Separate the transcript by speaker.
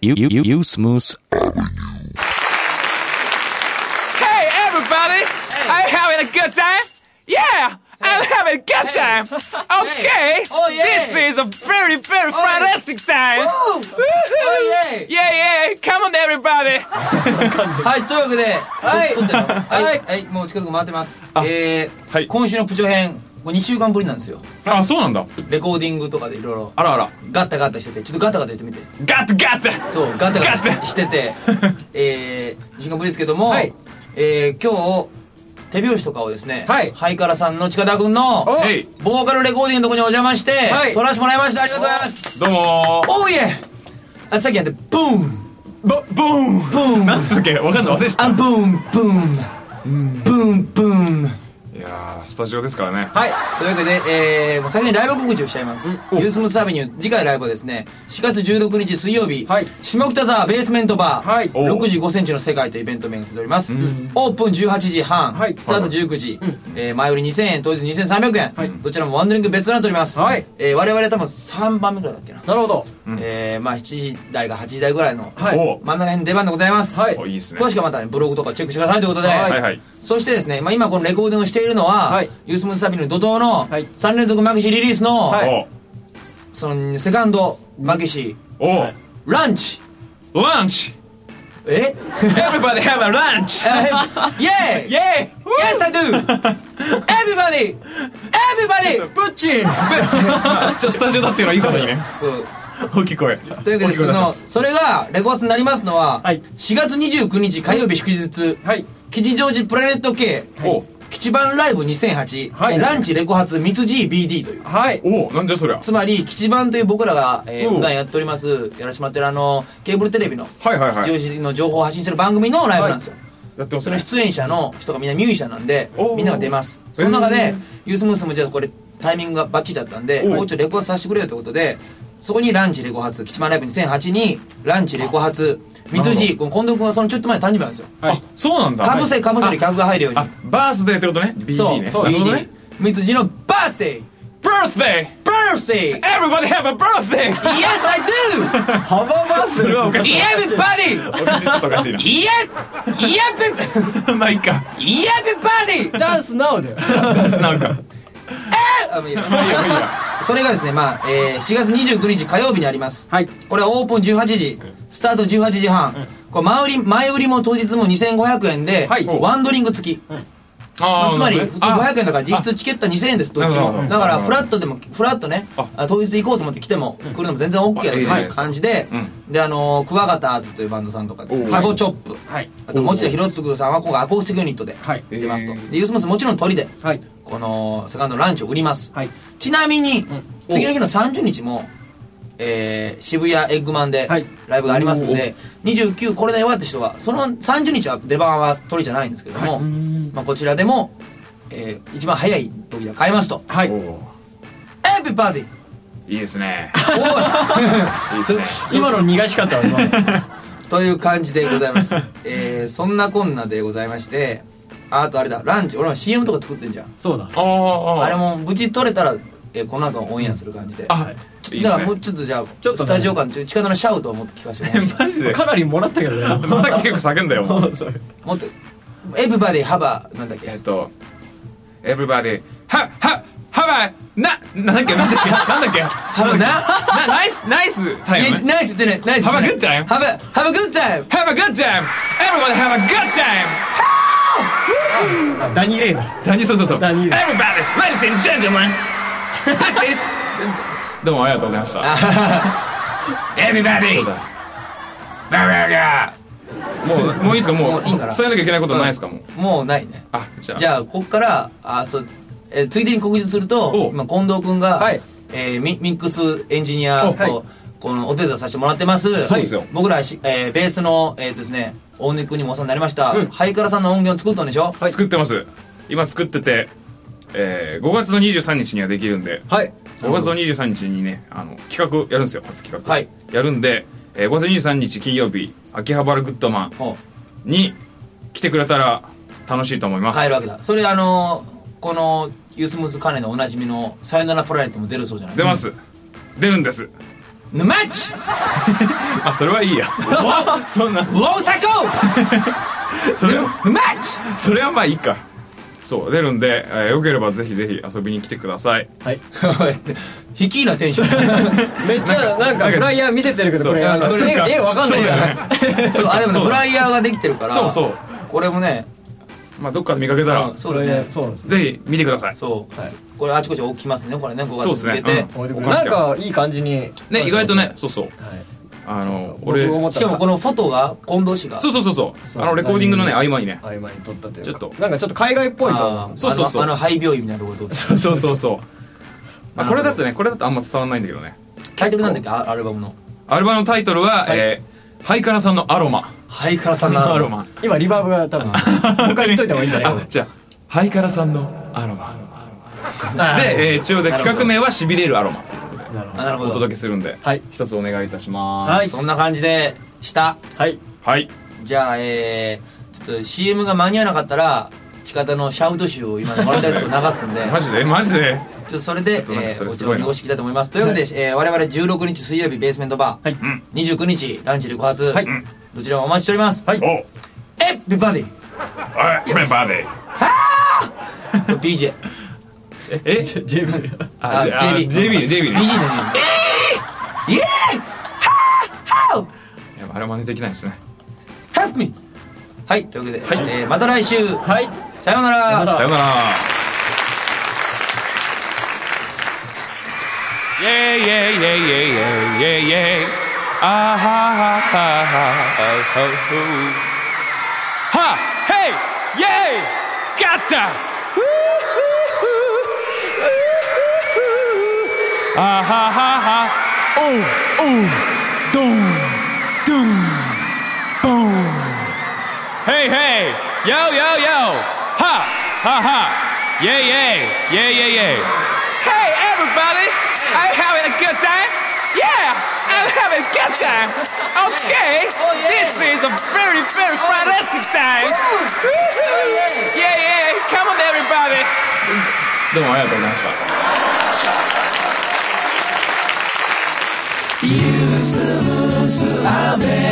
Speaker 1: You, you, you, you smooth.
Speaker 2: Hey, everybody! I'm having a good time. Yeah, I'm having a good time. Okay,
Speaker 3: Oh, yeah.
Speaker 2: this is a very, very fantastic time.
Speaker 3: Oh, yeah.
Speaker 2: yeah, yeah, come on, everybody.
Speaker 3: はい、というわけで、はい、撮ってんのはい、はい、もう近く回ってます。えー
Speaker 4: はい
Speaker 3: 今週のプチョ編、もう2週間ぶりなんですよ。
Speaker 4: あ、そうなんだ。
Speaker 3: レコーディングとかでいろいろ、
Speaker 4: あらあら。
Speaker 3: ガッタガッタしてて、ちょっとガタガタ言ってみて。
Speaker 2: ガッツガッツ。
Speaker 3: そう、ガタガタし
Speaker 2: ガタ
Speaker 3: してて、えー、2週間ぶりですけども、
Speaker 5: はい
Speaker 3: えー、今日、手拍子とかをですね、
Speaker 5: はい
Speaker 3: ハイカラさんの近田君の、
Speaker 5: お
Speaker 4: へい、
Speaker 3: ボーカルレコーディングのとこにお邪魔して、
Speaker 5: はい
Speaker 3: 撮らせてもらいました。ありがとうございます。
Speaker 4: どうも
Speaker 3: おーいえあ、さっきやって、ブーン
Speaker 4: ー。ぼ、ブーン
Speaker 3: ブーン
Speaker 4: なんつったっけわかんない。忘れちゃっ
Speaker 3: あ、ブーンブーンブーンブーン
Speaker 4: た。いやー、スタジオですからね。
Speaker 5: はい。
Speaker 3: というわけで、えー、もう先にライブ告知をしちゃいます。
Speaker 4: お
Speaker 3: ユースムースアベニュー、次回ライブはですね、4月16日水曜日、
Speaker 5: はい
Speaker 3: 下北沢ベースメントバー、
Speaker 5: はい
Speaker 4: お
Speaker 3: 6時5センチの世界というイベント名がついております。オープン18時半、
Speaker 5: はい
Speaker 3: スタート19時、えー前売り2000円、当日2300円、どちらもワンドリンク別となっております。
Speaker 5: はい
Speaker 3: えー我々多分3番目ぐらいだっけな。
Speaker 5: なるほど。
Speaker 3: えー、まあ7時台か8時台ぐらいの、
Speaker 5: はい
Speaker 4: お
Speaker 3: 真ん中辺出番でございます。
Speaker 5: はい
Speaker 4: おいいですね
Speaker 3: 詳しくはまたね、ブログとかチェックしてくださいということで、
Speaker 5: はい
Speaker 4: はいはい。
Speaker 3: そしてですね、まあ、今このレコーディングをしているのは、
Speaker 5: はい
Speaker 3: ユースムーズサビの怒涛の
Speaker 5: はい
Speaker 3: 3連続マキシリリースの、
Speaker 5: はい
Speaker 4: お
Speaker 3: そのセカンドマキシ
Speaker 4: お
Speaker 3: ランチ
Speaker 4: ランチ
Speaker 3: え
Speaker 2: Everybody have a lunch.
Speaker 3: えイェイ
Speaker 2: Yeah.
Speaker 3: Yes I do! Everybody! Everybody!
Speaker 4: プッチンスタジオだっていうのはいいことにね。
Speaker 3: そう
Speaker 4: 大きい声。
Speaker 3: というわけでそ
Speaker 4: 大きい声出し
Speaker 3: の
Speaker 4: ます
Speaker 3: それがレコースになりますのは、
Speaker 5: はい
Speaker 3: 4月29日火曜日祝日、
Speaker 5: はい。
Speaker 3: 吉祥寺プラネット K
Speaker 4: お
Speaker 3: 吉番ライブ2008、
Speaker 5: はい
Speaker 3: ランチレコ発ミツ GBD という
Speaker 5: はい。
Speaker 4: おなんじゃそりゃ。
Speaker 3: つまり吉番という僕らが、えー
Speaker 4: うん
Speaker 3: 普段やっておりますやらしてもらってるあのケーブルテレビの
Speaker 4: はいはいはい
Speaker 3: 吉。祥寺の情報を発信してる番組のライブなんですよ、
Speaker 4: やってます
Speaker 3: その
Speaker 4: ね。
Speaker 3: 出演者の人がみんなミュージシャンなんで
Speaker 4: おー
Speaker 3: みんなが出ますその中
Speaker 4: へ
Speaker 3: で
Speaker 4: ー
Speaker 3: ユースムースもじゃあこれタイミングがバッチリだったんで
Speaker 4: おう
Speaker 3: もうちょっとレコ発させてくれよってことでそこにランチレコ発吉番ライブ2008にランチレコ発三辻この近藤君はそのちょっと前に誕生日なんですよ
Speaker 4: あ、そうなんだ。
Speaker 3: かぶせかぶせに客が入るように
Speaker 4: あ、バースデーってことね。
Speaker 3: そ
Speaker 4: BD
Speaker 3: う
Speaker 4: ね。
Speaker 3: そう
Speaker 4: なるほどね。
Speaker 3: 三辻のバースデー
Speaker 2: Birthday.
Speaker 3: バースデー
Speaker 2: Everybody have a birthday.
Speaker 3: Yes I do!
Speaker 5: 幅バス
Speaker 4: それはおかしい。
Speaker 3: Everybody!
Speaker 4: おかしい、ちょっとおかしいな
Speaker 3: Yep! Yep!
Speaker 4: まあいいか。
Speaker 3: Everybody!
Speaker 5: ダンスナウだよ。
Speaker 4: なんか。
Speaker 3: あもういいや
Speaker 4: いいやいいや。
Speaker 3: それがですね、まあ、えー、4月29日火曜日にあります。
Speaker 5: はい。
Speaker 3: これはオープン18時、スタート18時半。これ前売り、前売りも当日も2500円で、
Speaker 5: はい
Speaker 3: ワンドリンク付き。ま
Speaker 4: あ
Speaker 3: あ
Speaker 4: ー
Speaker 3: つまり、
Speaker 4: なる
Speaker 3: 普
Speaker 4: ほ
Speaker 3: 通
Speaker 4: どね
Speaker 3: 500円だから実質チケットは2000円です、どっち
Speaker 4: なるほ
Speaker 3: も。
Speaker 4: ど
Speaker 3: だから、
Speaker 4: うん
Speaker 3: フラットでも、フラットね、あ当日行こうと思って来ても、来るのも全然 OK だ
Speaker 4: あ
Speaker 3: と
Speaker 4: いいじゃない
Speaker 3: い
Speaker 4: で
Speaker 3: う
Speaker 4: すか
Speaker 3: 感じで、で、あのー、クワガターズというバンドさんとかですね、
Speaker 4: お
Speaker 3: カゴチョップ。
Speaker 5: はい。
Speaker 3: あと、持田博次さんは今回アコースティックユニットで
Speaker 5: はい
Speaker 3: 出ますと。
Speaker 4: へー
Speaker 3: で、ユースモスもちろん鳥で、
Speaker 5: はい。
Speaker 3: このセカンドのランチを売ります。
Speaker 5: はい。
Speaker 3: ちなみに、
Speaker 4: お
Speaker 3: 次の日の30日も、えー渋谷エッグマンで
Speaker 5: はい
Speaker 3: ライブがありますんで、29これで終わって人はその30日は出番は取りじゃないんですけども、まあ、こちらでも、えー一番早い時は買いますと
Speaker 5: はい。
Speaker 4: お
Speaker 3: 「エビバディ!
Speaker 4: ーいいです ね。」いいです
Speaker 3: お
Speaker 4: ね
Speaker 3: い
Speaker 5: 今の逃がし方は今の、
Speaker 3: という感じでございます、えーそんなこんなでございましてああとあれだランチ俺も CM とか作ってんじゃん
Speaker 5: そうだ。
Speaker 4: あー
Speaker 3: あれも無事取れたら、えーこの後オンエアする感じで
Speaker 4: あー、いいで
Speaker 3: だか
Speaker 4: す
Speaker 3: らも
Speaker 4: ね
Speaker 3: う。ちょっとじゃあ
Speaker 5: ちょっ
Speaker 3: ス
Speaker 5: とね
Speaker 3: タジオ感ち近田のシャウトをもっと聞かせてもらいま
Speaker 4: マジで。さ
Speaker 5: かなりもらったけど ね。
Speaker 4: っき結構叫んだよ。 もう
Speaker 5: そう
Speaker 3: もっとエブバディハバなんだっ
Speaker 4: えっ
Speaker 3: け
Speaker 4: と、everybody、は、は、ハワイ、な、ななんだっけ、なんだっけ、なんだ っけ、
Speaker 3: ハバな
Speaker 4: な、ナイス、ナイスタイムね。
Speaker 3: ナイスってねナイス
Speaker 4: Have a good time.
Speaker 3: ハバハバグッタイム
Speaker 2: Have a good time. Everybody have a good time.
Speaker 5: ダニーレイだ。
Speaker 4: ダニそうそうそう。
Speaker 5: ダニーレイ。
Speaker 2: Everybody, ladies and gentlemen. This is
Speaker 4: どうもありがとうございました。
Speaker 2: everybody.
Speaker 4: そうだも う、もういいですか、も
Speaker 3: も
Speaker 4: う、
Speaker 3: ういいんかな
Speaker 4: 伝えなきゃいけない ことないですか、もう。
Speaker 3: もうないね
Speaker 4: あ、じゃあ。
Speaker 3: じゃあこっからあそうえーついでに告知すると
Speaker 4: お
Speaker 3: 今近藤君が、
Speaker 5: はい
Speaker 3: えーミミックスエンジニア
Speaker 4: おはい
Speaker 3: とこのお手伝いさせてもらってます
Speaker 4: そうですよ
Speaker 3: 僕らし、えーベースの、えーとですね、大根君にもお世話になりました、ハイカラさんの音源を作ったんでしょ、
Speaker 4: 作ってます今作ってて、えー、5月の23日にはできるんで
Speaker 5: はい
Speaker 4: 5月の23日にねあの企画やるんですよ初企画、
Speaker 3: はい
Speaker 4: やるんで、えー、5月23日金曜日秋葉原グッドマン
Speaker 3: ほ
Speaker 4: に来てくれたら楽しいと思いま
Speaker 3: う
Speaker 4: す
Speaker 3: 入るわけだそれあのーこのユースムースカネのおなじみの「さよならプラネット」も出るそうじゃない
Speaker 4: 出ます出るんです
Speaker 3: マッチ
Speaker 4: あそれはいいや そんな
Speaker 3: ウォーサコ
Speaker 4: それ
Speaker 3: ーマッチ
Speaker 4: それはまあいいかそう出るんで、えー、よければぜひぜひ遊びに来てください
Speaker 5: はい
Speaker 3: ヒキーなテ ンション
Speaker 5: めっちゃなんかフライヤー見せてるけどこれ
Speaker 4: そう
Speaker 5: あ
Speaker 4: そ
Speaker 5: そうれ
Speaker 4: か
Speaker 5: えわかんないから
Speaker 3: そうあでもね
Speaker 4: そう
Speaker 3: フライヤーができてるから
Speaker 4: そうそう
Speaker 3: これもね
Speaker 4: まあどっかで見かけたら、
Speaker 3: そうだね
Speaker 5: そうなんです
Speaker 4: ぜひ見てください
Speaker 3: そう、これあちこち置きますねこれね5月
Speaker 4: そうです
Speaker 3: に
Speaker 4: ね
Speaker 3: 向け
Speaker 4: う
Speaker 3: て、
Speaker 4: ん
Speaker 5: なんかいい感じに
Speaker 4: ね意外とねそうそう
Speaker 5: はい
Speaker 4: あの俺
Speaker 5: 俺思っ
Speaker 3: したかもこのフォトが近藤氏が
Speaker 4: そうそうそうそうあのレコーディングのね合間にね
Speaker 5: 合間に撮ったというか
Speaker 4: ちょっと
Speaker 5: なんかちょっと海外っぽいと
Speaker 3: あ
Speaker 5: 思
Speaker 3: ー
Speaker 4: そうそうそう
Speaker 3: あのあの廃病院みたいなところで
Speaker 4: そうそうそうそうまあこれだと
Speaker 3: ね
Speaker 4: ねこれだとあんま伝わらないんだけどね
Speaker 3: タイトルなんだっけあアルバムの
Speaker 4: アルバムのタイトルは、えーハイカラさんのアロマ
Speaker 3: ハイカラさんの
Speaker 4: アロマ
Speaker 5: う今リバーブが 多分もう一回言っといた方がいいんじゃないか
Speaker 4: あじゃあハイカラさんのアロマで、えー一応で企画名は「しびれるアロマ」っていう
Speaker 5: ななるほ
Speaker 3: あ
Speaker 5: ど
Speaker 3: なるほ
Speaker 4: お
Speaker 3: ど
Speaker 4: 届けするんで、
Speaker 5: はい
Speaker 4: 一つお願いいたします
Speaker 5: はい
Speaker 3: そんな感じでした
Speaker 5: はい
Speaker 4: はい
Speaker 3: じゃあえー、ちょっと CM が間に合わなかったら地方のシャウト集を今もらったやつを流すんで
Speaker 4: マジでマジで
Speaker 3: ちょっとそれで、え
Speaker 4: となんか
Speaker 3: ー、
Speaker 4: それ
Speaker 3: こち
Speaker 4: す
Speaker 3: らを
Speaker 4: ごいな
Speaker 3: 濁していきたいと思います。というわけで、えー我々16日水曜日ベースメントバー、
Speaker 5: はい
Speaker 3: 29日ランチレコ発、
Speaker 5: はい
Speaker 3: どちらもお待ちしております。
Speaker 5: はい
Speaker 4: おおい
Speaker 3: エッビバディ
Speaker 4: メンバーで
Speaker 3: !BJ。
Speaker 4: ええ
Speaker 5: JB
Speaker 4: あじゃあ JB
Speaker 3: JB
Speaker 4: で JB で
Speaker 3: BJ じゃねえよ。えー、イエーイハー
Speaker 4: い
Speaker 3: ハ
Speaker 4: やあれ真似できないですね
Speaker 3: ーハッピーはい、というわけで、えーまた来週、
Speaker 5: はい
Speaker 3: さようなら
Speaker 5: よなら
Speaker 4: さよならイェイイェイイェイイェイイェイイェイイェイあはははは
Speaker 2: Ha! Hey! Yay! Gotcha! Woo, woo, woo. Woo, woo, woo.
Speaker 4: あはははおうおうドーンドーンボーン Hey hey yo yo yo ははは yeah yeah yeah yeah yeah
Speaker 2: Hey, everybody! Are you having a good time? Yeah! I'm having a good time! Okay! This is a very, very fantastic time! Woo-hoo. Yeah, yeah! Come on, everybody!
Speaker 4: どうもありがとうございました
Speaker 3: 「